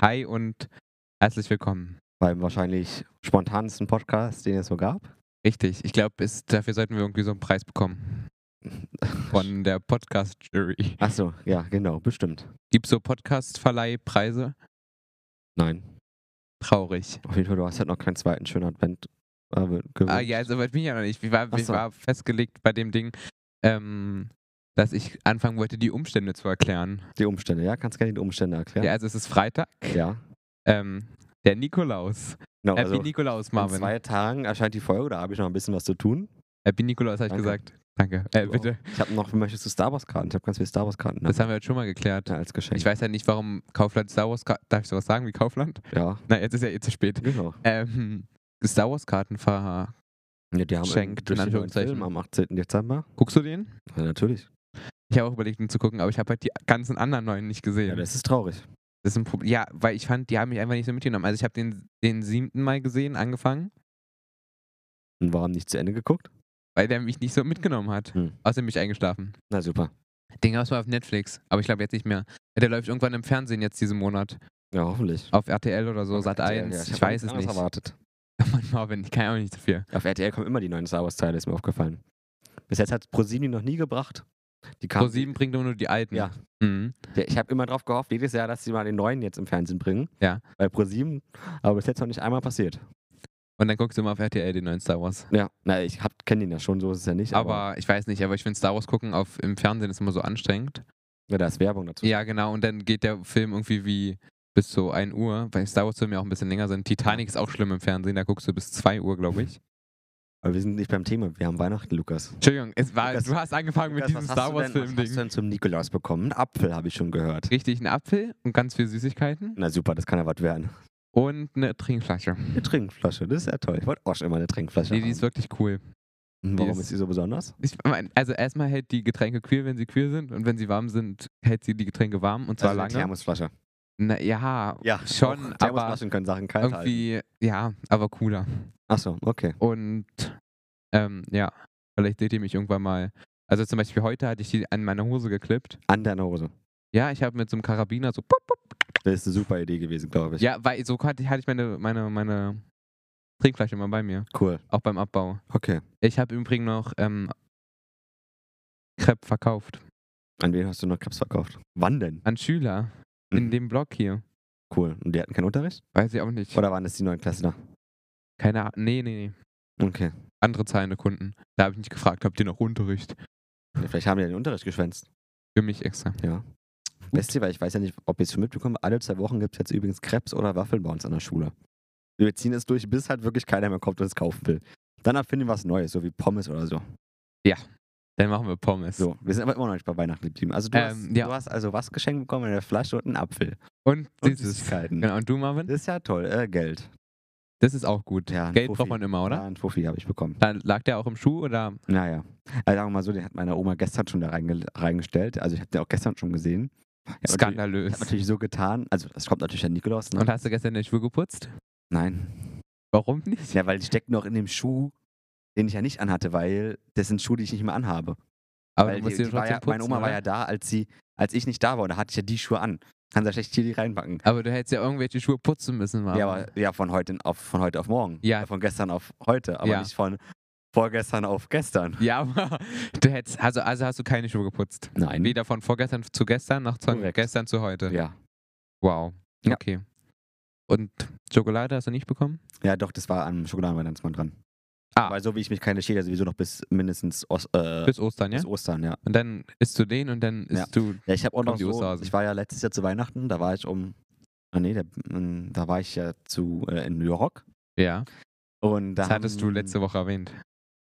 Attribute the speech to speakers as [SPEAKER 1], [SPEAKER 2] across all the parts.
[SPEAKER 1] Hi und herzlich willkommen.
[SPEAKER 2] beim wahrscheinlich spontansten Podcast, den es so gab.
[SPEAKER 1] Richtig, ich glaube, dafür sollten wir irgendwie so einen Preis bekommen. Von der Podcast-Jury.
[SPEAKER 2] Achso, ja, genau, bestimmt.
[SPEAKER 1] Gibt so Podcast-Verleihpreise?
[SPEAKER 2] Nein.
[SPEAKER 1] Traurig.
[SPEAKER 2] Auf jeden Fall, du hast halt noch keinen zweiten schönen Advent äh, gewünscht.
[SPEAKER 1] Ah ja, so weit bin ich ja noch nicht. Ich war,
[SPEAKER 2] Ach
[SPEAKER 1] ich
[SPEAKER 2] so.
[SPEAKER 1] war festgelegt bei dem Ding, ähm, dass ich anfangen wollte, die Umstände zu erklären.
[SPEAKER 2] Die Umstände, ja? Kannst gerne die Umstände
[SPEAKER 1] Ja,
[SPEAKER 2] erklären. Ja.
[SPEAKER 1] also es ist Freitag.
[SPEAKER 2] ja.
[SPEAKER 1] Ähm, der Nikolaus.
[SPEAKER 2] Genau,
[SPEAKER 1] Happy
[SPEAKER 2] also
[SPEAKER 1] Nikolaus,
[SPEAKER 2] in
[SPEAKER 1] Marvin.
[SPEAKER 2] zwei Tagen erscheint die Folge, da habe ich noch ein bisschen was zu tun.
[SPEAKER 1] Happy Nikolaus, habe ich
[SPEAKER 2] Danke.
[SPEAKER 1] gesagt. Danke. Äh,
[SPEAKER 2] Du auch.
[SPEAKER 1] bitte.
[SPEAKER 2] Ich habe noch, möchtest du Star Wars-Karten? Ich habe ganz viele Star Wars-Karten.
[SPEAKER 1] Das haben wir jetzt schon mal geklärt.
[SPEAKER 2] als Geschenk.
[SPEAKER 1] Ich weiß ja nicht, warum Kaufland Star Wars. Ka- Darf ich sowas sagen wie Kaufland?
[SPEAKER 2] Ja,
[SPEAKER 1] Na, jetzt ist ja eh zu spät.
[SPEAKER 2] genau.
[SPEAKER 1] Ähm, Star Wars-Karten ver.
[SPEAKER 2] Ja, die haben
[SPEAKER 1] Geschenk,
[SPEAKER 2] Schenk, durch
[SPEAKER 1] in
[SPEAKER 2] den neuen
[SPEAKER 1] Anführungszeichen.
[SPEAKER 2] Film am 18. Dezember.
[SPEAKER 1] Guckst du den?
[SPEAKER 2] Ja, natürlich.
[SPEAKER 1] Ich habe auch überlegt, ihn zu gucken, aber ich habe halt die ganzen anderen neuen nicht gesehen.
[SPEAKER 2] Ja, das ist traurig.
[SPEAKER 1] Das ist ein Problem. Ja, weil ich fand, die haben mich einfach nicht so mitgenommen. Also ich habe den, den siebten Mal gesehen, angefangen,
[SPEAKER 2] Und warum nicht zu Ende geguckt?
[SPEAKER 1] weil der mich nicht so mitgenommen hat.
[SPEAKER 2] Hm.
[SPEAKER 1] Außerdem bin ich eingeschlafen.
[SPEAKER 2] Na super.
[SPEAKER 1] Den gab es mal auf Netflix, aber ich glaube jetzt nicht mehr. Der läuft irgendwann im Fernsehen jetzt diesen Monat.
[SPEAKER 2] Ja, hoffentlich.
[SPEAKER 1] Auf RTL oder so, Sat 1.
[SPEAKER 2] Ja,
[SPEAKER 1] ich,
[SPEAKER 2] hab
[SPEAKER 1] weiß
[SPEAKER 2] nichts
[SPEAKER 1] es
[SPEAKER 2] anderes
[SPEAKER 1] nicht.
[SPEAKER 2] erwartet.
[SPEAKER 1] Mann, Marvin, ich kann ja auch nicht dafür.
[SPEAKER 2] Auf RTL kommen immer die neuen Star Wars-Teile, ist mir aufgefallen. Bis jetzt hat ProSieben die noch nie gebracht. Die kam,
[SPEAKER 1] Pro 7 bringt immer nur die alten.
[SPEAKER 2] Ja,
[SPEAKER 1] Mhm.
[SPEAKER 2] ja, ich habe immer drauf gehofft, jedes Jahr, dass sie mal den neuen jetzt im Fernsehen bringen.
[SPEAKER 1] Ja.
[SPEAKER 2] Bei ProSieben, aber bis jetzt noch nicht einmal passiert.
[SPEAKER 1] Und dann guckst du immer auf RTL den neuen Star Wars.
[SPEAKER 2] Ja. Na, ich kenne den ja schon, so ist es ja nicht. Aber,
[SPEAKER 1] Aber ich weiß nicht, aber ich finde Star Wars gucken auf, im Fernsehen ist immer so anstrengend.
[SPEAKER 2] ja, da ist Werbung dazu.
[SPEAKER 1] Ja, genau. Und dann geht der Film irgendwie wie bis so 1 Uhr, weil Star Wars-Filme ja auch ein bisschen länger sind. Titanic ist auch schlimm im Fernsehen, da guckst du bis 2 Uhr, glaube ich.
[SPEAKER 2] Aber wir sind nicht beim Thema, wir haben Weihnachten, Lukas.
[SPEAKER 1] Entschuldigung, es war,
[SPEAKER 2] Lukas,
[SPEAKER 1] du hast angefangen
[SPEAKER 2] Lukas,
[SPEAKER 1] mit diesem
[SPEAKER 2] was
[SPEAKER 1] Star
[SPEAKER 2] hast du denn- Was hast du
[SPEAKER 1] Wars-Film-Ding.
[SPEAKER 2] denn zum Nikolaus bekommen? Einen Apfel habe ich schon gehört.
[SPEAKER 1] Richtig, einen Apfel und ganz viel Süßigkeiten
[SPEAKER 2] Na super, das kann ja was werden.
[SPEAKER 1] und eine Trinkflasche.
[SPEAKER 2] Eine Trinkflasche, das ist ja toll. Ich wollte auch schon immer eine Trinkflasche
[SPEAKER 1] Nee, die
[SPEAKER 2] haben.
[SPEAKER 1] ist wirklich cool.
[SPEAKER 2] Und
[SPEAKER 1] die
[SPEAKER 2] Warum
[SPEAKER 1] ist-
[SPEAKER 2] ist die so besonders?
[SPEAKER 1] Ich mein, also erstmal hält die Getränke kühl, wenn sie kühl sind und wenn sie warm sind, hält sie die Getränke warm und zwar
[SPEAKER 2] Also eine
[SPEAKER 1] lange.
[SPEAKER 2] Thermosflasche.
[SPEAKER 1] Na, ja,
[SPEAKER 2] Ja,
[SPEAKER 1] schon,
[SPEAKER 2] auch
[SPEAKER 1] aber
[SPEAKER 2] Thermosflaschen können Sachen kalt halten.
[SPEAKER 1] irgendwie, ja, aber cooler.
[SPEAKER 2] Achso, okay.
[SPEAKER 1] Und ähm, ja, vielleicht seht ihr mich irgendwann mal. Also zum Beispiel heute hatte ich die an meiner Hose geklippt.
[SPEAKER 2] An deiner Hose.
[SPEAKER 1] Ja, ich habe mit so einem Karabiner so. Pop, pop.
[SPEAKER 2] Das ist eine super Idee gewesen, glaube ich.
[SPEAKER 1] Ja, weil so hatte, hatte ich meine, meine, meine Trinkflasche immer bei mir,
[SPEAKER 2] Cool.
[SPEAKER 1] auch beim Abbau.
[SPEAKER 2] Okay.
[SPEAKER 1] Ich habe übrigens noch ähm, Crepe verkauft
[SPEAKER 2] An wen hast du noch Krebs verkauft? Wann denn?
[SPEAKER 1] an Schüler
[SPEAKER 2] Mhm.
[SPEAKER 1] in dem Blog hier.
[SPEAKER 2] Cool. Und die hatten keinen Unterricht?
[SPEAKER 1] Weiß ich auch nicht.
[SPEAKER 2] Oder waren das die neuen Klassler?
[SPEAKER 1] Keine Ahnung. Nee, nee, nee.
[SPEAKER 2] Okay.
[SPEAKER 1] Andere zahlende Kunden. Da habe ich nicht gefragt, habt ihr noch Unterricht?
[SPEAKER 2] Ja, vielleicht haben die ja den Unterricht geschwänzt.
[SPEAKER 1] Für mich extra.
[SPEAKER 2] Ja. Weißt du, weil ich weiß ja nicht, ob ihr es schon mitbekommen habt, alle zwei Wochen gibt es jetzt übrigens Krebs oder Waffeln bei uns an der Schule. Wir ziehen es durch, bis halt wirklich keiner mehr kommt und es kaufen will. Dann erfinden wir was Neues, so wie Pommes oder so.
[SPEAKER 1] Dann machen wir Pommes.
[SPEAKER 2] So, wir sind aber immer noch nicht bei Weihnachten geblieben. Also du,
[SPEAKER 1] Ähm,
[SPEAKER 2] hast,
[SPEAKER 1] ja.
[SPEAKER 2] du hast also was geschenkt bekommen, eine Flasche und einen Apfel.
[SPEAKER 1] Und
[SPEAKER 2] Und
[SPEAKER 1] dieses.
[SPEAKER 2] Süßigkeiten.
[SPEAKER 1] Genau, und du, Marvin?
[SPEAKER 2] Das ist ja toll. Äh, Geld.
[SPEAKER 1] Das ist auch gut.
[SPEAKER 2] Ja, ein
[SPEAKER 1] Geld
[SPEAKER 2] Fuffi.
[SPEAKER 1] braucht man immer, oder?
[SPEAKER 2] Ja, ein Fuffi habe ich bekommen.
[SPEAKER 1] Da lag der auch im Schuh oder?
[SPEAKER 2] Naja, also sagen wir mal so, den hat meine Oma gestern schon da reinge reingestellt. Also ich habe den auch gestern schon gesehen. Ich hab natürlich- Ich
[SPEAKER 1] Skandalös.
[SPEAKER 2] habe natürlich so getan, also es kommt natürlich an Nikolaus. Ne?
[SPEAKER 1] Und hast du gestern den Schuh geputzt?
[SPEAKER 2] Nein.
[SPEAKER 1] Warum nicht?
[SPEAKER 2] Ja, weil die stecken noch in dem Schuh, den ich ja nicht anhatte, weil das sind Schuhe, die ich nicht mehr anhabe.
[SPEAKER 1] Aber
[SPEAKER 2] weil
[SPEAKER 1] du musst
[SPEAKER 2] die,
[SPEAKER 1] ihn
[SPEAKER 2] die war
[SPEAKER 1] trotzdem
[SPEAKER 2] ja,
[SPEAKER 1] putzen.
[SPEAKER 2] meine Oma war
[SPEAKER 1] oder?
[SPEAKER 2] ja da, als sie, als ich nicht da war und da hatte ich ja die Schuhe an. Kann sie ja schlecht hier die reinpacken.
[SPEAKER 1] Aber du hättest ja irgendwelche Schuhe putzen müssen, Marvin.
[SPEAKER 2] Ja, aber ja, von heute auf von heute auf morgen. Äh,
[SPEAKER 1] Ja.
[SPEAKER 2] Von gestern auf heute, aber
[SPEAKER 1] Ja.
[SPEAKER 2] nicht von vorgestern auf gestern.
[SPEAKER 1] Ja, aber du hättest, also, also hast du keine Schuhe geputzt.
[SPEAKER 2] Nein.
[SPEAKER 1] Weder von vorgestern zu gestern, noch von
[SPEAKER 2] Korrekt.
[SPEAKER 1] gestern zu heute.
[SPEAKER 2] Ja.
[SPEAKER 1] Wow.
[SPEAKER 2] Ja.
[SPEAKER 1] Okay. Und Schokolade hast du nicht bekommen?
[SPEAKER 2] Ja, doch, das war am Schokoladenweihnachtsmann dran.
[SPEAKER 1] Ah.
[SPEAKER 2] Weil so wie ich mich keine schäle, sowieso noch bis mindestens Os äh, bis,
[SPEAKER 1] Bis Ostern, ja?
[SPEAKER 2] Ostern, ja.
[SPEAKER 1] Und dann isst du den und dann isst du.
[SPEAKER 2] Ja, ich habe auch
[SPEAKER 1] Kommen
[SPEAKER 2] noch
[SPEAKER 1] die
[SPEAKER 2] so,
[SPEAKER 1] Osterhasen.
[SPEAKER 2] ich war ja letztes Jahr zu Weihnachten, da war ich um, ah nee, da, mm, da war ich ja zu, äh, in New York.
[SPEAKER 1] Ja.
[SPEAKER 2] Und da
[SPEAKER 1] Das hattest du
[SPEAKER 2] haben-
[SPEAKER 1] letzte Woche erwähnt.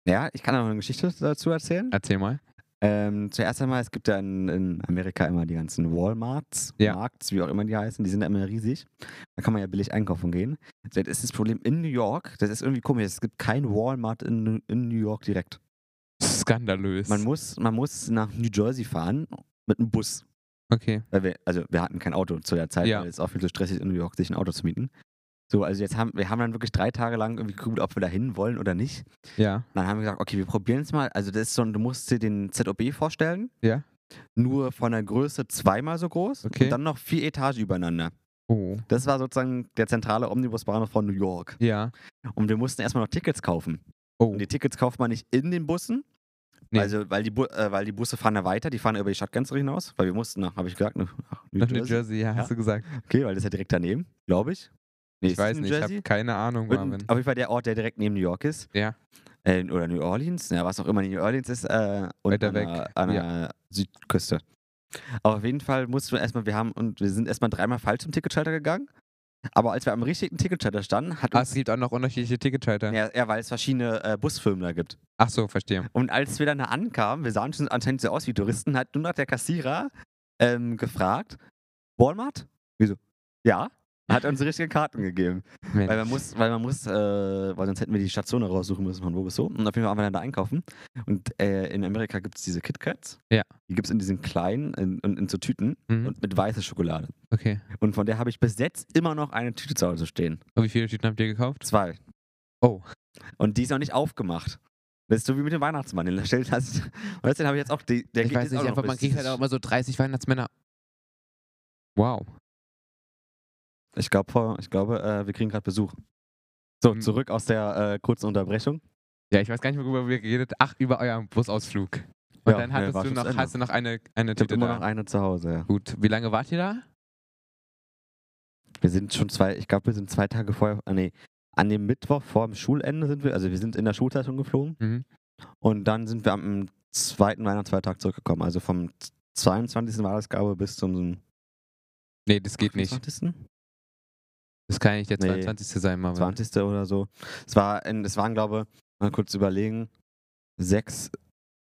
[SPEAKER 2] Ja, ich kann auch noch eine Geschichte dazu erzählen.
[SPEAKER 1] Erzähl mal.
[SPEAKER 2] Ähm, zuerst einmal, es gibt ja in, in Amerika immer die ganzen Walmarts,
[SPEAKER 1] Ja.
[SPEAKER 2] Markts, wie auch immer die heißen, die sind ja immer riesig. Da kann man ja billig einkaufen gehen. Das ist das Problem in New York, das ist irgendwie komisch, es gibt kein Walmart in, in New York direkt.
[SPEAKER 1] Skandalös.
[SPEAKER 2] Man muss, man muss nach New Jersey fahren mit einem Bus.
[SPEAKER 1] okay.
[SPEAKER 2] Weil wir, also wir hatten kein Auto zu der Zeit,
[SPEAKER 1] Ja.
[SPEAKER 2] weil es auch viel zu stressig ist, in New York sich ein Auto zu mieten. So, also jetzt haben wir haben dann wirklich drei Tage lang irgendwie geguckt, ob wir da hin wollen oder nicht.
[SPEAKER 1] Ja.
[SPEAKER 2] Dann haben wir gesagt, okay, wir probieren es mal. Also das ist so, ein- du musst dir den ZOB vorstellen.
[SPEAKER 1] Ja.
[SPEAKER 2] Nur von der Größe zweimal so groß
[SPEAKER 1] Okay.
[SPEAKER 2] und dann noch vier Etagen übereinander.
[SPEAKER 1] Oh.
[SPEAKER 2] Das war sozusagen der zentrale Omnibusbahnhof von New York.
[SPEAKER 1] Ja.
[SPEAKER 2] Und wir mussten erstmal noch Tickets kaufen.
[SPEAKER 1] Oh.
[SPEAKER 2] Und die Tickets kauft man nicht in den Bussen.
[SPEAKER 1] Nee.
[SPEAKER 2] Also, weil die, Bu äh, weil die Busse fahren ja weiter, die fahren über die Stadtgrenze hinaus, weil wir mussten nach, habe ich gesagt, nach nach New
[SPEAKER 1] Nach New
[SPEAKER 2] Jersey.
[SPEAKER 1] Jersey, ja, hast du gesagt.
[SPEAKER 2] Okay, weil das ist ja direkt daneben, glaube ich. Nee,
[SPEAKER 1] Ich
[SPEAKER 2] ist das
[SPEAKER 1] weiß
[SPEAKER 2] New
[SPEAKER 1] nicht, ich
[SPEAKER 2] Jersey?
[SPEAKER 1] habe keine Ahnung, Marvin.
[SPEAKER 2] Und auf jeden Fall der Ort, der direkt neben New York ist.
[SPEAKER 1] Ja.
[SPEAKER 2] Äh, oder New Orleans, ja, was auch immer New Orleans ist. Äh, und
[SPEAKER 1] Weiter
[SPEAKER 2] an
[SPEAKER 1] weg,
[SPEAKER 2] Der, an
[SPEAKER 1] ja.
[SPEAKER 2] der Südküste. Aber auf jeden Fall mussten wir erstmal, wir haben und wir sind erstmal dreimal falsch zum Ticketschalter gegangen. Aber als wir am richtigen Ticketschalter standen, hat
[SPEAKER 1] Ah,
[SPEAKER 2] uns.
[SPEAKER 1] es gibt auch noch unterschiedliche Ticketschalter.
[SPEAKER 2] Ja, ja, weil es verschiedene äh, Busfirmen da gibt.
[SPEAKER 1] Ach so, verstehe.
[SPEAKER 2] Und als wir dann da ankamen, wir sahen schon anscheinend so aus wie Touristen, hat nur noch der Kassierer ähm, gefragt: Walmart? Wieso? Ja. Hat uns richtige Karten gegeben.
[SPEAKER 1] Mensch.
[SPEAKER 2] Weil man muss, weil man muss, äh, weil sonst hätten wir die Station noch raussuchen müssen, von wo bis so. Und auf jeden Fall waren wir dann da einkaufen. Und äh, in Amerika gibt es diese KitKats.
[SPEAKER 1] Ja.
[SPEAKER 2] Die gibt es in diesen kleinen in, in, in so Tüten
[SPEAKER 1] Mhm.
[SPEAKER 2] und mit weißer Schokolade.
[SPEAKER 1] Okay.
[SPEAKER 2] Und von der habe ich bis jetzt immer noch eine Tüte zu Hause stehen.
[SPEAKER 1] Und wie viele Tüten habt ihr gekauft?
[SPEAKER 2] Zwei.
[SPEAKER 1] Oh.
[SPEAKER 2] Und die ist noch nicht aufgemacht. Das ist so wie mit dem Weihnachtsmann. Den stellt hast. Und deswegen habe ich jetzt auch die, der
[SPEAKER 1] ich
[SPEAKER 2] geht
[SPEAKER 1] weiß
[SPEAKER 2] jetzt
[SPEAKER 1] nicht,
[SPEAKER 2] auch
[SPEAKER 1] einfach,
[SPEAKER 2] noch
[SPEAKER 1] man
[SPEAKER 2] bis-
[SPEAKER 1] kriegt halt auch immer so 30 Weihnachtsmänner. Wow.
[SPEAKER 2] Ich glaube, ich glaube äh, wir kriegen gerade Besuch. So,
[SPEAKER 1] Mhm.
[SPEAKER 2] zurück aus der äh, kurzen Unterbrechung.
[SPEAKER 1] Ja, ich weiß gar nicht, worüber wir geredet Ach, über euren Busausflug. Und
[SPEAKER 2] Ja,
[SPEAKER 1] dann
[SPEAKER 2] nee,
[SPEAKER 1] hattest
[SPEAKER 2] war
[SPEAKER 1] du
[SPEAKER 2] schon zu
[SPEAKER 1] noch,
[SPEAKER 2] Ende.
[SPEAKER 1] hast du noch eine, eine
[SPEAKER 2] Ich habe
[SPEAKER 1] Tüte
[SPEAKER 2] immer
[SPEAKER 1] da.
[SPEAKER 2] noch eine zu Hause, ja.
[SPEAKER 1] Gut, wie lange wart ihr da?
[SPEAKER 2] Wir sind schon zwei, ich glaube, wir sind zwei Tage vorher, ah, nee, an dem Mittwoch vor dem Schulende sind wir, also wir sind in der Schulzeit schon geflogen
[SPEAKER 1] Mhm.
[SPEAKER 2] und dann sind wir am zweiten Weihnachtsfeiertag zurückgekommen. Also vom 22. Weihnachtsgabe bis zum
[SPEAKER 1] Nee, das geht nicht.
[SPEAKER 2] 20.
[SPEAKER 1] Das kann nicht der
[SPEAKER 2] Nee.
[SPEAKER 1] 22. sein, Marvin.
[SPEAKER 2] 20. oder so. Es, war in, es waren, glaube ich, mal kurz überlegen, sechs,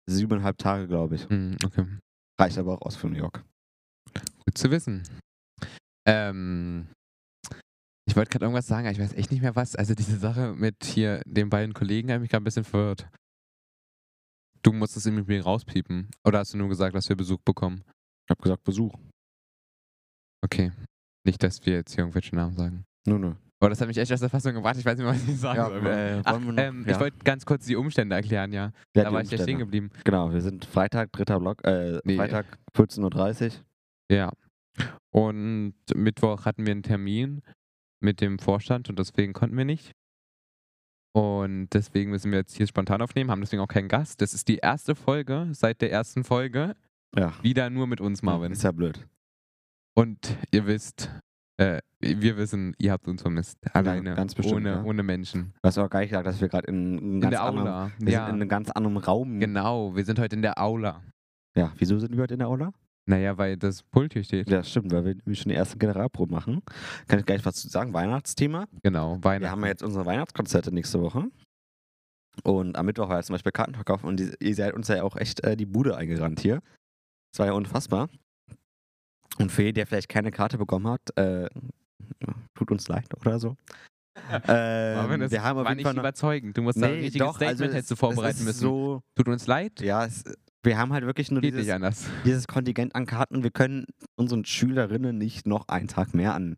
[SPEAKER 2] siebeneinhalb Tage, glaube ich.
[SPEAKER 1] Hm, okay.
[SPEAKER 2] Reicht aber auch aus für New York.
[SPEAKER 1] Gut zu wissen. Ähm, ich wollte gerade irgendwas sagen, aber ich weiß echt nicht mehr was. Also diese Sache mit hier den beiden Kollegen hat mich gerade ein bisschen verwirrt. Du musst es im Übrigen rauspiepen. Oder hast du nur gesagt, dass wir Besuch bekommen?
[SPEAKER 2] Ich habe gesagt, Besuch.
[SPEAKER 1] Okay. Nicht, dass wir jetzt hier irgendwelche Namen sagen.
[SPEAKER 2] Nö, nö.
[SPEAKER 1] Aber das hat mich echt aus der Fassung gebracht. Ich weiß nicht mehr, was ich sagen
[SPEAKER 2] Ja,
[SPEAKER 1] soll.
[SPEAKER 2] äh,
[SPEAKER 1] Ach,
[SPEAKER 2] wollen wir noch-
[SPEAKER 1] ähm,
[SPEAKER 2] ja.
[SPEAKER 1] Ich wollte ganz kurz die Umstände erklären, ja.
[SPEAKER 2] Ja,
[SPEAKER 1] da
[SPEAKER 2] die
[SPEAKER 1] war ich ja stehen
[SPEAKER 2] Umstände.
[SPEAKER 1] geblieben.
[SPEAKER 2] Genau, wir sind Freitag, dritter Block, äh,
[SPEAKER 1] Nee.
[SPEAKER 2] Freitag 14.30 Uhr.
[SPEAKER 1] Ja. Und Mittwoch hatten wir einen Termin mit dem Vorstand und deswegen konnten wir nicht. Und deswegen müssen wir jetzt hier spontan aufnehmen, haben deswegen auch keinen Gast. Das ist die erste Folge seit der ersten Folge.
[SPEAKER 2] Ja.
[SPEAKER 1] Wieder nur mit uns, Marvin.
[SPEAKER 2] Ist ja blöd.
[SPEAKER 1] Und ihr wisst, äh, wir wissen, ihr habt uns vermisst. Alleine.
[SPEAKER 2] ganz bestimmt,
[SPEAKER 1] ohne,
[SPEAKER 2] ja.
[SPEAKER 1] ohne Menschen.
[SPEAKER 2] Du hast auch gar nicht gesagt, dass wir gerade in, einem
[SPEAKER 1] In
[SPEAKER 2] ganz
[SPEAKER 1] der
[SPEAKER 2] anderen,
[SPEAKER 1] Aula.
[SPEAKER 2] wir
[SPEAKER 1] Ja,
[SPEAKER 2] sind in einem ganz anderen Raum.
[SPEAKER 1] genau. Wir sind heute in der Aula.
[SPEAKER 2] Ja, wieso sind wir heute in der Aula?
[SPEAKER 1] Naja, weil das Pult hier steht.
[SPEAKER 2] Ja, stimmt, weil wir nämlich schon die ersten Generalprobe machen. Kann ich gleich was zu sagen? Weihnachtsthema.
[SPEAKER 1] Genau. Weihnachten.
[SPEAKER 2] Wir haben ja jetzt unsere Weihnachtskonzerte nächste Woche. Und am Mittwoch war ja zum Beispiel Kartenverkauf und die, ihr seid uns ja auch echt äh, die Bude eingerannt hier. Das war ja unfassbar. Und für jeden, der vielleicht keine Karte bekommen hat, äh, tut uns leid oder so.
[SPEAKER 1] Marvin,
[SPEAKER 2] Ähm,
[SPEAKER 1] das
[SPEAKER 2] wir haben auf
[SPEAKER 1] war
[SPEAKER 2] jeden
[SPEAKER 1] nicht
[SPEAKER 2] Fall noch, also
[SPEAKER 1] überzeugend. Du musst da ein richtiges Statement
[SPEAKER 2] es-
[SPEAKER 1] hättest du
[SPEAKER 2] es
[SPEAKER 1] vorbereiten
[SPEAKER 2] ist
[SPEAKER 1] müssen.
[SPEAKER 2] So,
[SPEAKER 1] Tut uns leid.
[SPEAKER 2] ja, es, wir haben halt wirklich nur
[SPEAKER 1] Geht nicht
[SPEAKER 2] dieses,
[SPEAKER 1] anders.
[SPEAKER 2] dieses Kontingent an Karten. Wir können unseren Schülerinnen nicht noch einen Tag mehr an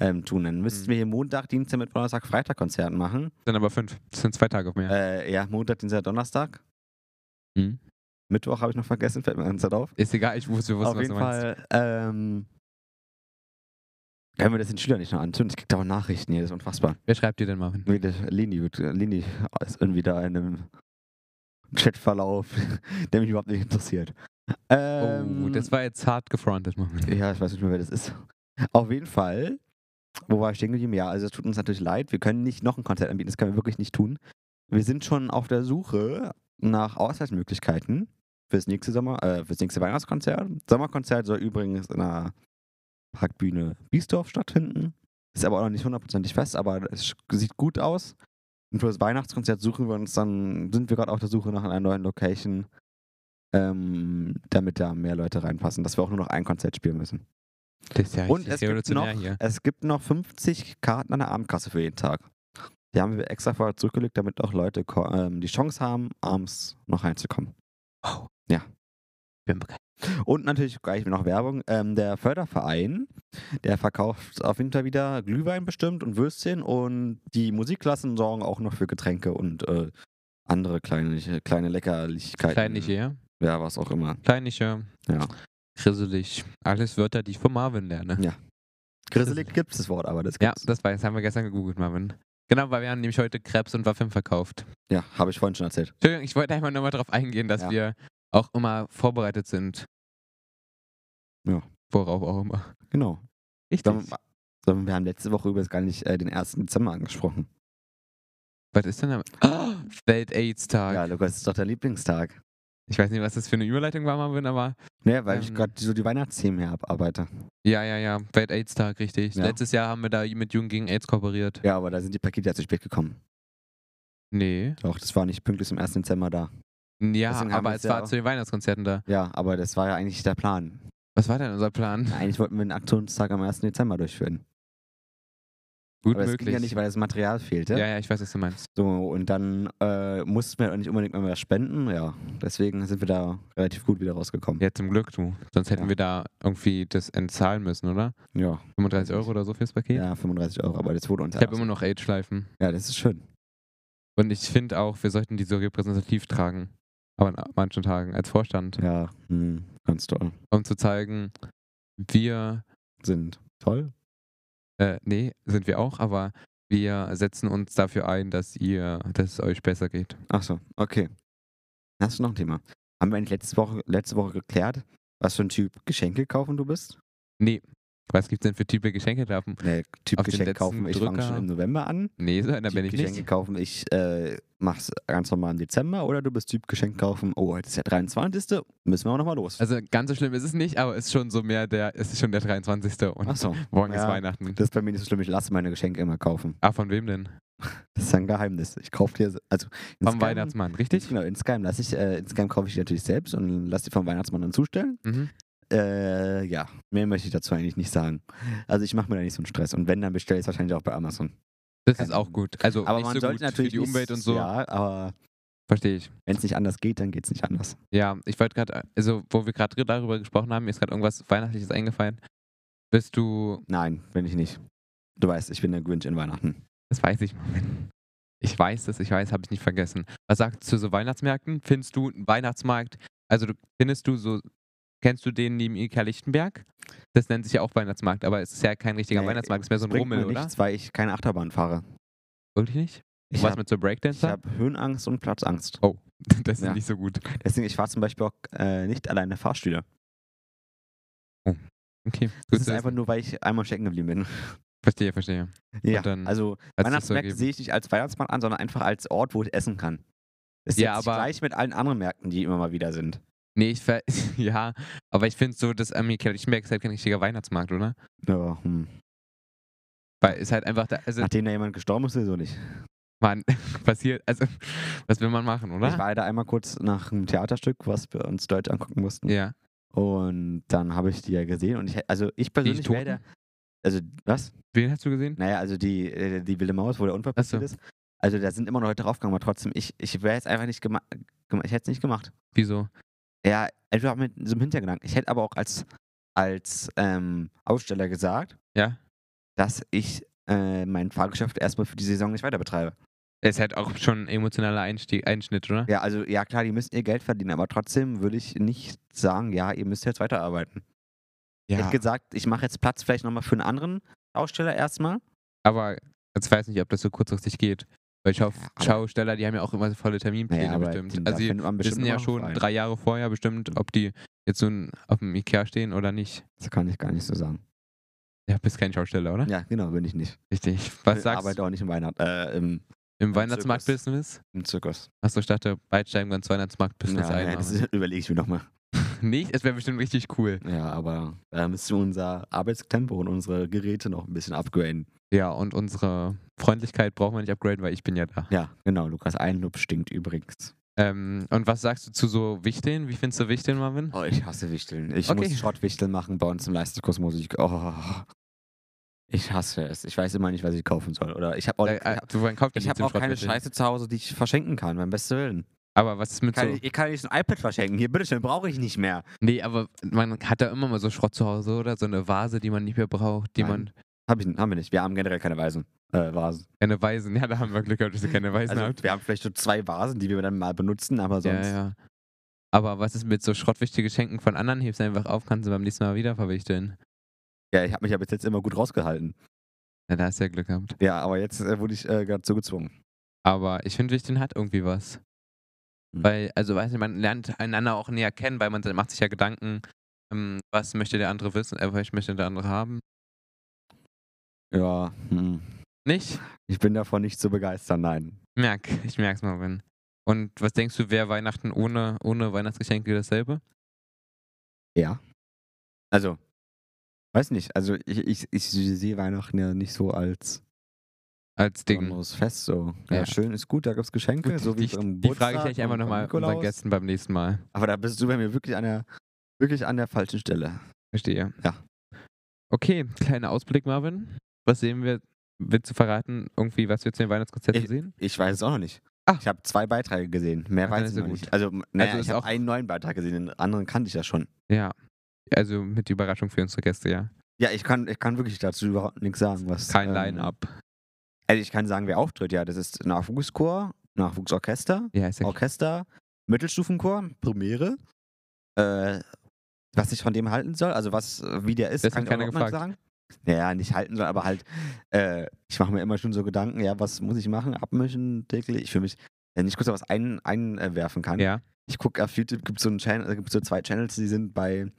[SPEAKER 2] ähm, tun. Dann müssten
[SPEAKER 1] Mhm.
[SPEAKER 2] wir hier Montag, Dienstag, Mittwoch, Donnerstag, Freitag Konzert machen.
[SPEAKER 1] Sind aber fünf. Das sind zwei Tage mehr.
[SPEAKER 2] Äh, ja, Montag, Dienstag, Donnerstag.
[SPEAKER 1] Mhm.
[SPEAKER 2] Mittwoch habe ich noch vergessen, fällt mir ganz auf.
[SPEAKER 1] Ist egal, ich wusste, wir wussten,
[SPEAKER 2] auf
[SPEAKER 1] was
[SPEAKER 2] jeden
[SPEAKER 1] du meinst.
[SPEAKER 2] Fall ähm, können wir das den Schülern nicht noch antun. Ich kriege da auch Nachrichten hier, das ist unfassbar.
[SPEAKER 1] Wer schreibt dir denn, Marvin?
[SPEAKER 2] Nee, das- Leni, wird, Leni ist irgendwie da in einem Chatverlauf, der mich überhaupt nicht interessiert. Ähm, äh,
[SPEAKER 1] oh, das war jetzt hart gefrontet, Marvin.
[SPEAKER 2] ja, ich weiß nicht mehr, wer das ist. Auf jeden Fall, wo war ich stehen geblieben? Ja, also es tut uns natürlich leid. Wir können nicht noch ein Konzert anbieten, das können wir wirklich nicht tun. Wir sind schon auf der Suche nach Ausweichmöglichkeiten fürs nächste Sommer, äh, fürs nächste Weihnachtskonzert. Sommerkonzert soll übrigens in der Parkbühne Biesdorf stattfinden. Ist aber auch noch nicht hundertprozentig fest, aber es sieht gut aus. Und für das Weihnachtskonzert suchen wir uns dann, sind wir gerade auf der Suche nach einer neuen Location, ähm, damit da mehr Leute reinpassen, dass wir auch nur noch ein Konzert spielen müssen.
[SPEAKER 1] Das ist ja
[SPEAKER 2] Und
[SPEAKER 1] richtig
[SPEAKER 2] es gibt
[SPEAKER 1] revolutionär
[SPEAKER 2] noch-
[SPEAKER 1] hier.
[SPEAKER 2] Es gibt noch 50 Karten an der Abendkasse für jeden Tag. Die haben wir extra vorher zurückgelegt, damit auch Leute ko- ähm, die Chance haben, abends noch reinzukommen.
[SPEAKER 1] Wow.
[SPEAKER 2] Ja.
[SPEAKER 1] Bin begeistert.
[SPEAKER 2] Und natürlich gleich noch Werbung. Ähm, der Förderverein, der verkauft auf jeden Fall wieder Glühwein bestimmt und Würstchen und die Musikklassen sorgen auch noch für Getränke und äh, andere kleine, kleine Leckerlichkeiten.
[SPEAKER 1] Kleinliche, ja?
[SPEAKER 2] Ja, was auch immer.
[SPEAKER 1] Kleinliche,
[SPEAKER 2] Ja.
[SPEAKER 1] grisselig. Alles Wörter, die ich von Marvin lerne.
[SPEAKER 2] Ja. Grisselig gibt es das Wort, aber das
[SPEAKER 1] Ja,
[SPEAKER 2] gibt's.
[SPEAKER 1] das war, das haben wir gestern gegoogelt, Marvin. Genau, weil wir haben nämlich heute Krebs und Waffeln verkauft.
[SPEAKER 2] Ja, habe ich vorhin schon erzählt.
[SPEAKER 1] Entschuldigung, ich wollte einfach nochmal darauf eingehen, dass
[SPEAKER 2] Ja.
[SPEAKER 1] wir auch immer vorbereitet sind.
[SPEAKER 2] Ja.
[SPEAKER 1] Worauf auch immer.
[SPEAKER 2] Genau.
[SPEAKER 1] Richtig.
[SPEAKER 2] Sondern, sondern wir haben letzte Woche übrigens gar nicht äh, den 1. Dezember angesprochen.
[SPEAKER 1] Was ist denn da? Oh, Welt-Aids-Tag.
[SPEAKER 2] Ja, ne. Lukas, das ist doch der Lieblingstag.
[SPEAKER 1] Ich weiß nicht, was das für eine Überleitung war, Marvin, aber
[SPEAKER 2] Ja, weil ich
[SPEAKER 1] Ähm.
[SPEAKER 2] gerade so die Weihnachtsthemen hier abarbeite.
[SPEAKER 1] ja, ja, ja. Welt-Aids-Tag, richtig.
[SPEAKER 2] Ja.
[SPEAKER 1] Letztes Jahr haben wir da mit Jugend gegen Aids kooperiert.
[SPEAKER 2] Ja, aber da sind die Pakete ja zu spät gekommen.
[SPEAKER 1] Nee.
[SPEAKER 2] Doch, das war nicht pünktlich zum 1. Dezember da.
[SPEAKER 1] Ja,
[SPEAKER 2] Deswegen haben
[SPEAKER 1] aber
[SPEAKER 2] wir
[SPEAKER 1] es
[SPEAKER 2] es ja
[SPEAKER 1] war
[SPEAKER 2] auch-
[SPEAKER 1] zu den Weihnachtskonzerten da.
[SPEAKER 2] Ja, aber das war ja eigentlich der Plan.
[SPEAKER 1] Was war denn unser Plan?
[SPEAKER 2] Eigentlich wollten wir den Aktionstag am 1. Dezember durchführen.
[SPEAKER 1] Gut
[SPEAKER 2] aber das
[SPEAKER 1] möglich.
[SPEAKER 2] ging ja nicht, weil das Material fehlte.
[SPEAKER 1] ja, ja, ich weiß, was du meinst.
[SPEAKER 2] So, und dann äh, mussten wir auch nicht unbedingt mehr was spenden. Ja, deswegen sind wir da relativ gut wieder rausgekommen.
[SPEAKER 1] Ja, zum Glück, du. Sonst hätten
[SPEAKER 2] Ja.
[SPEAKER 1] wir da irgendwie das entzahlen müssen, oder?
[SPEAKER 2] Ja,
[SPEAKER 1] 35 Euro oder so fürs Paket?
[SPEAKER 2] ja 35 Euro, aber das wurde uns
[SPEAKER 1] Ich habe immer noch Age-Schleifen.
[SPEAKER 2] Ja, das ist schön.
[SPEAKER 1] Und ich finde auch, wir sollten die so repräsentativ tragen. Aber an manchen Tagen als Vorstand.
[SPEAKER 2] Ja, hm, ganz toll.
[SPEAKER 1] Um zu zeigen, wir,
[SPEAKER 2] Sind toll.
[SPEAKER 1] äh, nee, sind wir auch, aber wir setzen uns dafür ein, dass ihr, dass es euch besser geht.
[SPEAKER 2] Ach so, okay. Hast du noch ein Thema? Haben wir eigentlich letzte Woche, letzte Woche geklärt, was für ein Typ Geschenke kaufen du bist?
[SPEAKER 1] Was gibt's denn für Typen Geschenke da?
[SPEAKER 2] Nee, Typ
[SPEAKER 1] Auf den
[SPEAKER 2] Geschenke kaufen,
[SPEAKER 1] letzten
[SPEAKER 2] ich fange
[SPEAKER 1] Drücker.
[SPEAKER 2] schon im November an.
[SPEAKER 1] Nee, so, da bin ich
[SPEAKER 2] Geschenke
[SPEAKER 1] nicht.
[SPEAKER 2] kaufen, ich äh, mach's ganz normal im Dezember oder du bist Typ Geschenk kaufen, oh, heute ist der 23. Müssen wir auch nochmal los.
[SPEAKER 1] Also ganz so schlimm ist es nicht, aber es ist schon so mehr der, es ist schon der 23. und
[SPEAKER 2] Ach so,
[SPEAKER 1] morgen ist
[SPEAKER 2] ja.
[SPEAKER 1] Weihnachten.
[SPEAKER 2] das ist bei mir nicht so schlimm, ich lasse meine Geschenke immer kaufen.
[SPEAKER 1] Ah, von wem denn?
[SPEAKER 2] Das ist ein Geheimnis. Ich kaufe dir, also
[SPEAKER 1] Vom Weihnachtsmann, richtig?
[SPEAKER 2] Genau, insgeheim lasse ich, äh, insgeheim kaufe ich die natürlich selbst und lasse die vom Weihnachtsmann dann zustellen.
[SPEAKER 1] Mhm.
[SPEAKER 2] Äh, ja, mehr möchte ich dazu eigentlich nicht sagen. Also ich mache mir da nicht so einen Stress und wenn, dann bestelle ich es wahrscheinlich auch bei Amazon.
[SPEAKER 1] Das
[SPEAKER 2] Keine
[SPEAKER 1] ist auch
[SPEAKER 2] Ahnung.
[SPEAKER 1] gut. Also
[SPEAKER 2] Aber
[SPEAKER 1] nicht
[SPEAKER 2] man
[SPEAKER 1] so
[SPEAKER 2] sollte
[SPEAKER 1] gut
[SPEAKER 2] natürlich
[SPEAKER 1] für die
[SPEAKER 2] nicht-
[SPEAKER 1] Umwelt und so.
[SPEAKER 2] Ja, aber
[SPEAKER 1] Verstehe ich.
[SPEAKER 2] wenn es nicht anders geht, dann geht es nicht anders.
[SPEAKER 1] Ja, ich wollte gerade, also wo wir gerade darüber gesprochen haben, mir ist gerade irgendwas Weihnachtliches eingefallen. Bist du,
[SPEAKER 2] Nein, bin ich nicht. Du weißt, ich bin der Grinch in Weihnachten.
[SPEAKER 1] das weiß ich, Moment. Ich weiß das, ich weiß, habe ich nicht vergessen. Was sagst du zu so Weihnachtsmärkten? Findest du einen Weihnachtsmarkt, also du, findest du so, kennst du den neben Ikea Lichtenberg? Das nennt sich ja auch Weihnachtsmarkt, aber es ist ja kein richtiger
[SPEAKER 2] Nee,
[SPEAKER 1] Weihnachtsmarkt, es ist mehr so ein
[SPEAKER 2] Bringt
[SPEAKER 1] Rummel,
[SPEAKER 2] mir
[SPEAKER 1] oder?
[SPEAKER 2] nichts, weil ich keine Achterbahn fahre.
[SPEAKER 1] Wirklich nicht?
[SPEAKER 2] Ich
[SPEAKER 1] Was
[SPEAKER 2] hab-
[SPEAKER 1] mit so
[SPEAKER 2] ich
[SPEAKER 1] Breakdancer?
[SPEAKER 2] habe Höhenangst und Platzangst.
[SPEAKER 1] Oh, das ist
[SPEAKER 2] Ja.
[SPEAKER 1] nicht so gut.
[SPEAKER 2] Deswegen, ich fahre zum Beispiel auch äh, nicht alleine Fahrstühle.
[SPEAKER 1] Okay, gut
[SPEAKER 2] Das
[SPEAKER 1] zu
[SPEAKER 2] ist einfach
[SPEAKER 1] wissen.
[SPEAKER 2] nur, weil ich einmal stecken geblieben bin.
[SPEAKER 1] Verstehe, verstehe.
[SPEAKER 2] Ja,
[SPEAKER 1] dann
[SPEAKER 2] also
[SPEAKER 1] Hat sich so
[SPEAKER 2] Weihnachtsmärkte
[SPEAKER 1] ergeben.
[SPEAKER 2] sehe ich nicht als Weihnachtsmarkt an, sondern einfach als Ort, wo ich essen kann. Das ist
[SPEAKER 1] Ja,
[SPEAKER 2] jetzt
[SPEAKER 1] aber-
[SPEAKER 2] gleich mit allen anderen Märkten, die immer mal wieder sind.
[SPEAKER 1] Nee, ich ver ja, aber ich finde so, dass Amerika Lichtenberg ist halt kein richtiger Weihnachtsmarkt, oder?
[SPEAKER 2] Ja, hm.
[SPEAKER 1] Weil es halt einfach, da, also
[SPEAKER 2] Nachdem da jemand gestorben ist, so nicht.
[SPEAKER 1] man passiert, also was will man machen,
[SPEAKER 2] Ich
[SPEAKER 1] oder?
[SPEAKER 2] war da einmal kurz nach einem Theaterstück, was wir uns Deutsch angucken mussten.
[SPEAKER 1] Ja.
[SPEAKER 2] Und dann habe ich die ja gesehen und ich, hä- also ich
[SPEAKER 1] Die
[SPEAKER 2] persönlich wäre da,
[SPEAKER 1] Toten?
[SPEAKER 2] also was?
[SPEAKER 1] Wen hast du gesehen?
[SPEAKER 2] Naja, also die, äh, die Wilde Maus, wo der Unfall
[SPEAKER 1] Ach so.
[SPEAKER 2] passiert ist. Also da sind immer noch Leute draufgegangen, aber trotzdem, ich, ich wäre jetzt einfach nicht gemacht, ich hätte es nicht gemacht.
[SPEAKER 1] Wieso?
[SPEAKER 2] Ja, einfach mit so einem Hintergedanken. Ich hätte aber auch als, als ähm, Aussteller gesagt,
[SPEAKER 1] Ja.
[SPEAKER 2] dass ich äh, mein Fahrgeschäft erstmal für die Saison nicht weiter betreibe.
[SPEAKER 1] Es ist halt auch schon ein emotionaler Einstieg, Einschnitt, oder?
[SPEAKER 2] Ja, also ja klar, die müssen ihr Geld verdienen, aber trotzdem würde ich nicht sagen, ja, ihr müsst jetzt weiterarbeiten. Ich hätte gesagt, ich mache jetzt Platz vielleicht nochmal für einen anderen Aussteller erstmal.
[SPEAKER 1] aber jetzt weiß nicht, ob das so kurzfristig geht. Weil Schau
[SPEAKER 2] aber-
[SPEAKER 1] Schausteller, die haben ja auch immer volle Terminpläne bestimmt. Also die
[SPEAKER 2] wir
[SPEAKER 1] wissen ja schon drei Jahre vorher bestimmt, ob die jetzt so ein, auf dem Ikea stehen oder nicht.
[SPEAKER 2] Das kann ich gar nicht so sagen.
[SPEAKER 1] Ja, bist kein Schausteller, oder?
[SPEAKER 2] Ja, Äh, genau, bin ich nicht.
[SPEAKER 1] Richtig. Was
[SPEAKER 2] ich
[SPEAKER 1] sagst du
[SPEAKER 2] arbeite auch nicht im Weihnachten, äh, im,
[SPEAKER 1] im
[SPEAKER 2] Zirkus.
[SPEAKER 1] Weihnachtsmarkt-Business?
[SPEAKER 2] im Zirkus.
[SPEAKER 1] Achso, ich dachte, Beitsteigen ganz Weihnachtsmarkt-Business
[SPEAKER 2] Ja,
[SPEAKER 1] ein.
[SPEAKER 2] ja,
[SPEAKER 1] aber-
[SPEAKER 2] das überlege ich mir nochmal.
[SPEAKER 1] Nicht? Es wäre bestimmt richtig cool.
[SPEAKER 2] Ja, aber da müssen wir unser Arbeitstempo und unsere Geräte noch ein bisschen upgraden.
[SPEAKER 1] Ja, und unsere Freundlichkeit brauchen wir nicht upgraden, weil ich bin ja da.
[SPEAKER 2] Ja, genau, Lukas. Ein Lob stinkt übrigens.
[SPEAKER 1] Ähm, und was sagst du zu so Wichteln? Wie findest du Wichteln, Marvin?
[SPEAKER 2] Oh, ich hasse Wichteln. Ich
[SPEAKER 1] Okay.
[SPEAKER 2] muss Schrottwichteln machen bei uns im Leistungskurs Musik. Oh, ich hasse es. Ich weiß immer nicht, was ich kaufen soll. Oder ich habe auch,
[SPEAKER 1] Äh,
[SPEAKER 2] ich
[SPEAKER 1] äh,
[SPEAKER 2] hab,
[SPEAKER 1] du mein Kopf
[SPEAKER 2] ich hab auch keine Scheiße zu Hause, die ich verschenken kann, beim besten Willen.
[SPEAKER 1] Aber was ist mit
[SPEAKER 2] Kann
[SPEAKER 1] so.
[SPEAKER 2] ich, ich kann nicht so ein iPad verschenken. Hier, bitteschön, brauche ich nicht mehr.
[SPEAKER 1] Nee, aber man hat da immer mal so Schrott zu Hause, oder? So eine Vase, die man nicht mehr braucht, die
[SPEAKER 2] Nein.
[SPEAKER 1] man.
[SPEAKER 2] Hab ich, haben wir nicht. Wir haben generell keine Vasen. Äh, Vasen.
[SPEAKER 1] Keine Weisen. Ja, da haben wir Glück gehabt, dass ihr keine Weisen
[SPEAKER 2] Also,
[SPEAKER 1] habt.
[SPEAKER 2] wir haben vielleicht so zwei Vasen, die wir dann mal benutzen, aber sonst.
[SPEAKER 1] Ja, ja. Aber was ist mit so schrottwichtigen Geschenken von anderen? Hebst du einfach auf, kannst du beim nächsten Mal wieder verwichteln.
[SPEAKER 2] Ja, ich habe mich ja bis jetzt immer gut rausgehalten.
[SPEAKER 1] Ja, da hast du ja Glück gehabt.
[SPEAKER 2] Ja, aber jetzt äh, wurde ich äh, gerade so gezwungen.
[SPEAKER 1] Aber ich finde, Wichteln hat irgendwie was.
[SPEAKER 2] Hm.
[SPEAKER 1] Weil, also weiß nicht, man lernt einander auch näher kennen, weil man se- macht sich ja Gedanken, ähm, was möchte der andere wissen, äh, was möchte der andere haben.
[SPEAKER 2] Ja, hm.
[SPEAKER 1] Nicht?
[SPEAKER 2] ich bin davon nicht zu begeistern, nein.
[SPEAKER 1] Merk, ich merk's mal, wenn. Und was denkst du, wäre Weihnachten ohne, ohne Weihnachtsgeschenke dasselbe?
[SPEAKER 2] Ja. Also, weiß nicht. Also, ich, ich, ich sehe Weihnachten ja nicht so als
[SPEAKER 1] Als Ding.
[SPEAKER 2] besonderes Fest. So. Ja.
[SPEAKER 1] Ja.
[SPEAKER 2] schön ist gut, da gibt es Geschenke,
[SPEAKER 1] Gut,
[SPEAKER 2] so wie
[SPEAKER 1] die,
[SPEAKER 2] beim
[SPEAKER 1] die Frage
[SPEAKER 2] Geburtstag
[SPEAKER 1] stelle ich einfach
[SPEAKER 2] und beim
[SPEAKER 1] nochmal unseren
[SPEAKER 2] Nikolaus.
[SPEAKER 1] Gästen beim nächsten Mal.
[SPEAKER 2] Aber da bist du bei mir wirklich an der, wirklich an der falschen Stelle.
[SPEAKER 1] Verstehe.
[SPEAKER 2] Ja.
[SPEAKER 1] Okay, kleiner Ausblick, Marvin. Was sehen wir? Willst du verraten, irgendwie, was wir zu den Weihnachtskonzerten sehen?
[SPEAKER 2] Ich weiß es auch noch nicht.
[SPEAKER 1] Ah.
[SPEAKER 2] Ich habe zwei Beiträge gesehen. Mehr
[SPEAKER 1] Ah, dann
[SPEAKER 2] weiß
[SPEAKER 1] ist
[SPEAKER 2] ich
[SPEAKER 1] ja
[SPEAKER 2] noch
[SPEAKER 1] gut.
[SPEAKER 2] nicht. Also, m- naja,
[SPEAKER 1] Also ist
[SPEAKER 2] ich habe
[SPEAKER 1] auch-
[SPEAKER 2] einen neuen Beitrag gesehen, den anderen kannte ich ja schon.
[SPEAKER 1] Ja. Also mit Überraschung für unsere Gäste, ja.
[SPEAKER 2] Ja, ich kann, ich kann wirklich dazu überhaupt nichts sagen. Was,
[SPEAKER 1] Kein
[SPEAKER 2] ähm,
[SPEAKER 1] Line-Up.
[SPEAKER 2] Also ich kann sagen, wer auftritt. Ja, das ist Nachwuchschor, Nachwuchsorchester,
[SPEAKER 1] Ja, ist ja klar.
[SPEAKER 2] Orchester, Mittelstufenchor, Premiere. Äh, was ich von dem halten soll, also was, äh, wie der ist,
[SPEAKER 1] Das
[SPEAKER 2] kann
[SPEAKER 1] hat
[SPEAKER 2] ich auch
[SPEAKER 1] keiner
[SPEAKER 2] noch mal sagen.
[SPEAKER 1] gefragt.
[SPEAKER 2] Naja, nicht halten soll, aber halt, äh, ich mache mir immer schon so Gedanken, ja, was muss ich machen, abmischen täglich, ich für mich, wenn ich kurz da was ein, einwerfen kann.
[SPEAKER 1] Ja.
[SPEAKER 2] Ich gucke auf YouTube, gibt so einen Channel, also gibt's so zwei Channels, die sind bei,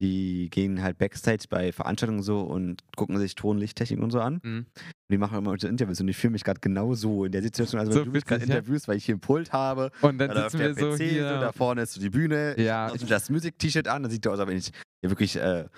[SPEAKER 2] die gehen halt Backstage bei Veranstaltungen so und gucken sich Ton, Lichttechnik und so an.
[SPEAKER 1] Mhm.
[SPEAKER 2] Und die machen immer so Interviews und ich fühle mich gerade genau so in der Situation, also wenn
[SPEAKER 1] So
[SPEAKER 2] du mich
[SPEAKER 1] fühlst
[SPEAKER 2] gerade
[SPEAKER 1] du dich, ja?
[SPEAKER 2] interviewst, weil ich hier einen Pult habe,
[SPEAKER 1] Und
[SPEAKER 2] da
[SPEAKER 1] dann
[SPEAKER 2] läuft
[SPEAKER 1] sitzen
[SPEAKER 2] der
[SPEAKER 1] wir so
[SPEAKER 2] PC so, da
[SPEAKER 1] hier.
[SPEAKER 2] vorne ist so die Bühne,
[SPEAKER 1] Ja,
[SPEAKER 2] ich habe das Music-T-Shirt an, dann sieht der aus, als wenn ich hier wirklich äh,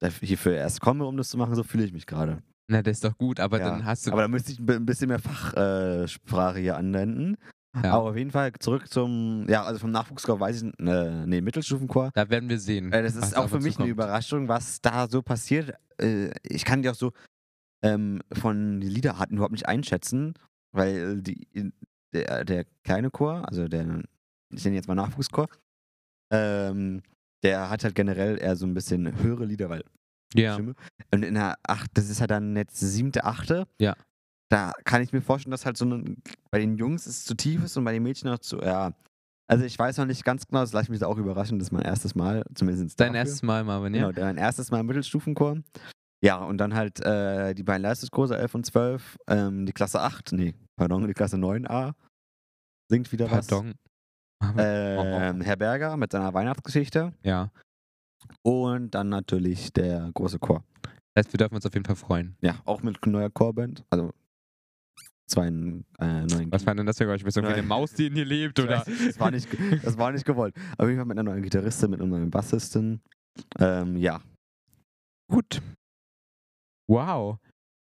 [SPEAKER 2] dafür- hierfür erst komme, um das zu machen, so fühle ich mich gerade.
[SPEAKER 1] na, das ist doch gut, aber
[SPEAKER 2] Ja.
[SPEAKER 1] dann hast du.
[SPEAKER 2] Aber da müsste ich ein bi- ein bisschen mehr Fachsprache äh, Sprache hier anwenden.
[SPEAKER 1] ja.
[SPEAKER 2] Aber auf jeden Fall zurück zum, ja, also vom Nachwuchschor weiß ich, äh, nee, Mittelstufenchor.
[SPEAKER 1] Da werden wir sehen.
[SPEAKER 2] Äh, das ist
[SPEAKER 1] was
[SPEAKER 2] auch
[SPEAKER 1] auf
[SPEAKER 2] für
[SPEAKER 1] uns
[SPEAKER 2] mich eine
[SPEAKER 1] zukommt.
[SPEAKER 2] Überraschung, was da so passiert. Äh, ich kann die auch so ähm, von den Liederarten überhaupt nicht einschätzen, weil die, der, der kleine Chor, also der, ich nenne jetzt mal Nachwuchschor, ähm, der hat halt generell eher so ein bisschen höhere Lieder, weil
[SPEAKER 1] Ja.
[SPEAKER 2] Stimme. Und in der acht, das ist halt dann jetzt siebte, achte.
[SPEAKER 1] Ja.
[SPEAKER 2] Da kann ich mir vorstellen, dass halt so ein, bei den Jungs es zu tief ist und bei den Mädchen auch zu, ja. Also ich weiß noch nicht ganz genau, das lasse ich mich auch überraschen, das ist mein erstes Mal, zumindest
[SPEAKER 1] Dein
[SPEAKER 2] dafür.
[SPEAKER 1] erstes Mal, Marvin, ja?
[SPEAKER 2] Genau, dein erstes Mal im Mittelstufenchor. Ja, und dann halt äh, die beiden Leistungskurse 11 und 12, ähm, die Klasse 8, nee, pardon, die Klasse 9a singt wieder
[SPEAKER 1] Pardon.
[SPEAKER 2] was. Ähm, Herr Berger mit seiner Weihnachtsgeschichte
[SPEAKER 1] ja.
[SPEAKER 2] und dann natürlich der große Chor.
[SPEAKER 1] Das heißt, wir dürfen uns auf jeden Fall freuen.
[SPEAKER 2] Ja, auch mit neuer Chorband. Also zwei äh, neuen.
[SPEAKER 1] Was war denn das für euch? Bist du irgendwie
[SPEAKER 2] Nein.
[SPEAKER 1] eine Maus, die in hier lebt?
[SPEAKER 2] Ich
[SPEAKER 1] Oder?
[SPEAKER 2] weiß nicht, das, war nicht, ge- das war nicht gewollt. Auf jeden Fall mit einer neuen Gitarristin, mit einer neuen Bassistin. Ähm, ja.
[SPEAKER 1] Gut. Wow.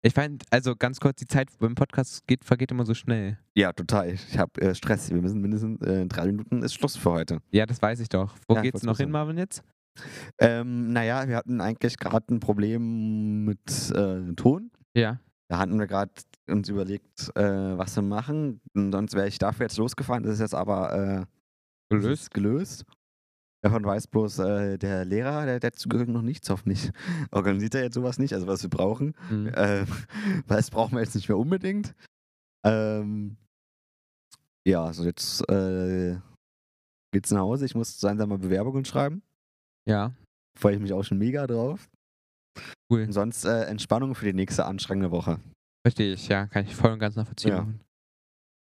[SPEAKER 1] Ich fand, also ganz kurz, die Zeit beim Podcast geht, vergeht immer so schnell.
[SPEAKER 2] Ja, total. Ich habe äh, Stress. Wir müssen mindestens äh, in drei Minuten ist Schluss für heute.
[SPEAKER 1] Ja, das weiß ich doch. Wo
[SPEAKER 2] Ja,
[SPEAKER 1] geht's
[SPEAKER 2] wollt's
[SPEAKER 1] noch hin,
[SPEAKER 2] wissen.
[SPEAKER 1] Marvin, jetzt?
[SPEAKER 2] Ähm, naja, wir hatten eigentlich gerade ein Problem mit äh, Ton.
[SPEAKER 1] Ja.
[SPEAKER 2] Da hatten wir gerade uns überlegt, äh, was wir machen. Und sonst wäre ich dafür jetzt losgefahren. Das ist jetzt aber äh,
[SPEAKER 1] Gelöst?
[SPEAKER 2] Ist gelöst. Davon weiß bloß äh, der Lehrer, der dazugehört, noch nichts, hoffentlich. Organisiert er jetzt sowas nicht, also was wir brauchen.
[SPEAKER 1] Mhm.
[SPEAKER 2] Ähm, weil das brauchen wir jetzt nicht mehr unbedingt. Ähm, ja, also jetzt äh, geht's nach Hause. Ich muss langsam mal Bewerbungen schreiben.
[SPEAKER 1] Ja.
[SPEAKER 2] Freue ich mich auch schon mega drauf.
[SPEAKER 1] Cool.
[SPEAKER 2] Und sonst äh, Entspannung für die nächste anstrengende Woche.
[SPEAKER 1] Verstehe ich, ja. Kann ich voll und ganz nachvollziehen.
[SPEAKER 2] Ja.
[SPEAKER 1] Marvin.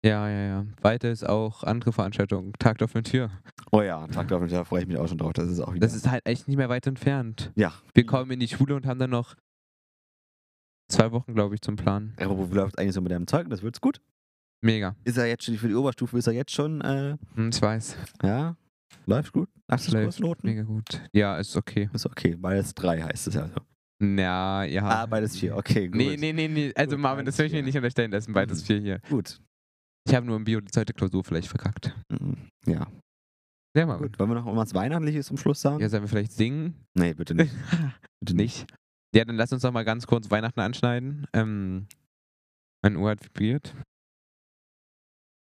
[SPEAKER 1] Ja, ja, ja. Weiter ist auch andere Veranstaltungen. Tag der offenen Tür.
[SPEAKER 2] Oh ja, Tag der offenen Tür freue ich mich auch schon drauf. Das ist auch wieder.
[SPEAKER 1] Das ist halt echt nicht mehr weit entfernt.
[SPEAKER 2] ja.
[SPEAKER 1] Wir kommen in die Schule und haben dann noch zwei Wochen, glaube ich, zum Plan.
[SPEAKER 2] Aber wo läuft eigentlich so mit deinem Zeug? Das wird's gut.
[SPEAKER 1] Mega.
[SPEAKER 2] Ist er jetzt schon für die Oberstufe? Ist er jetzt schon? Äh,
[SPEAKER 1] Hm, Ich weiß.
[SPEAKER 2] Ja, läuft gut.
[SPEAKER 1] Läuft
[SPEAKER 2] Abschlussnoten.
[SPEAKER 1] Mega gut. Ja, ist okay.
[SPEAKER 2] Ist okay, beides drei heißt es also.
[SPEAKER 1] Na, ja.
[SPEAKER 2] Ah, beides vier, okay, gut.
[SPEAKER 1] Nee, nee, nee, nee. Also,
[SPEAKER 2] Gut,
[SPEAKER 1] Marvin, das
[SPEAKER 2] beides
[SPEAKER 1] will ich mir
[SPEAKER 2] vier.
[SPEAKER 1] nicht unterstellen, das sind beides
[SPEAKER 2] Mhm.
[SPEAKER 1] vier hier.
[SPEAKER 2] Gut.
[SPEAKER 1] Ich habe nur im Bio die zweite Klausur vielleicht verkackt.
[SPEAKER 2] Mhm. Ja,
[SPEAKER 1] Ja, Marvin.
[SPEAKER 2] gut. Wollen wir noch irgendwas Weihnachtliches zum Schluss sagen?
[SPEAKER 1] Ja, sollen wir vielleicht singen?
[SPEAKER 2] Nee, bitte nicht. Bitte
[SPEAKER 1] nicht. Ja, dann lass uns doch mal ganz kurz Weihnachten anschneiden. Ähm, meine Uhr hat vibriert.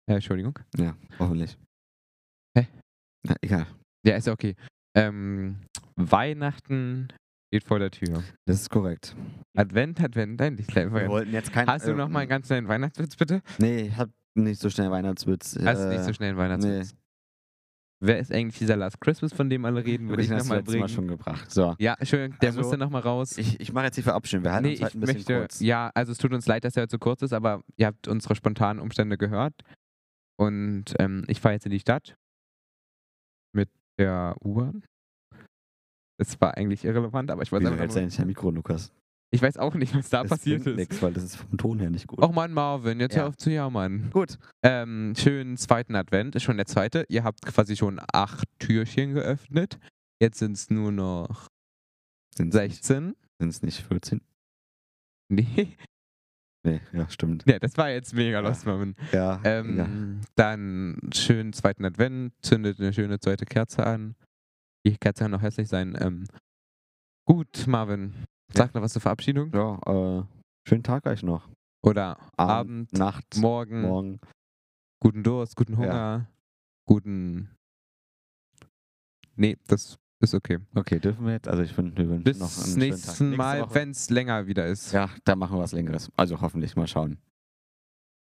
[SPEAKER 1] Ja, Entschuldigung.
[SPEAKER 2] Ja, hoffentlich.
[SPEAKER 1] Hä?
[SPEAKER 2] Na, egal.
[SPEAKER 1] Ja, ist ja okay. Ähm, Weihnachten steht vor der Tür.
[SPEAKER 2] Das ist korrekt.
[SPEAKER 1] Advent, Advent, dein
[SPEAKER 2] Wir ähm,
[SPEAKER 1] Lichtlein.
[SPEAKER 2] wollten jetzt kein. äh,
[SPEAKER 1] Hast du noch mal einen ganz schnellen Weihnachtswitz, bitte?
[SPEAKER 2] Nee, ich hab nicht so schnell Weihnachtswitz. äh,
[SPEAKER 1] Hast du nicht so schnell einen Weihnachtswitz? Wer ist eigentlich dieser Last Christmas, von dem alle reden, würde ich
[SPEAKER 2] das
[SPEAKER 1] nochmal
[SPEAKER 2] letzte Mal
[SPEAKER 1] bringen.
[SPEAKER 2] schon gebracht. So.
[SPEAKER 1] Ja, schön, der
[SPEAKER 2] Also,
[SPEAKER 1] musste nochmal raus.
[SPEAKER 2] Ich, ich mache jetzt die Verabschiedung. Wir halten uns halt ein bisschen kurz.
[SPEAKER 1] Ja, also es tut uns leid, dass er zu kurz ist, aber ihr habt unsere spontanen Umstände gehört. Und ähm, ich fahre jetzt in die Stadt mit der U-Bahn. Das war eigentlich irrelevant, aber ich weiß,
[SPEAKER 2] Wieso
[SPEAKER 1] einfach
[SPEAKER 2] hältst du
[SPEAKER 1] nur,
[SPEAKER 2] eigentlich dein Mikro, Lukas?
[SPEAKER 1] ich weiß auch nicht, was da
[SPEAKER 2] Das
[SPEAKER 1] Ah, passiert
[SPEAKER 2] bringt
[SPEAKER 1] ist.
[SPEAKER 2] Nix, weil das ist vom Ton her nicht gut.
[SPEAKER 1] Och man, Marvin, jetzt
[SPEAKER 2] Ja.
[SPEAKER 1] hör auf zu jammern.
[SPEAKER 2] Gut.
[SPEAKER 1] Ähm, schönen zweiten Advent, ist schon der zweite. Ihr habt quasi schon acht Türchen geöffnet. Jetzt sind es nur noch
[SPEAKER 2] Sind
[SPEAKER 1] 16.
[SPEAKER 2] es nicht 14?
[SPEAKER 1] Nee,
[SPEAKER 2] Nee, ja, stimmt.
[SPEAKER 1] ja, das war jetzt mega
[SPEAKER 2] Ja.
[SPEAKER 1] los, Marvin.
[SPEAKER 2] Ja,
[SPEAKER 1] Ähm,
[SPEAKER 2] ja.
[SPEAKER 1] Dann schönen zweiten Advent, zündet eine schöne zweite Kerze an. Die Kerze kann noch hässlich sein. Ähm, gut, Marvin, sag noch was zur Verabschiedung.
[SPEAKER 2] ja äh, schönen Tag euch noch.
[SPEAKER 1] Oder Abend,
[SPEAKER 2] Nacht,
[SPEAKER 1] morgen,
[SPEAKER 2] Morgen.
[SPEAKER 1] guten Durst, guten Hunger, guten. Nee, das ist okay.
[SPEAKER 2] Okay, dürfen wir jetzt? Also ich finde, wir wünschen
[SPEAKER 1] Bis
[SPEAKER 2] noch einen schönen Tag.
[SPEAKER 1] nächsten
[SPEAKER 2] Nächste
[SPEAKER 1] Mal,
[SPEAKER 2] Woche-
[SPEAKER 1] wenn es länger wieder ist.
[SPEAKER 2] Ja, da machen wir was Längeres. Also hoffentlich mal schauen.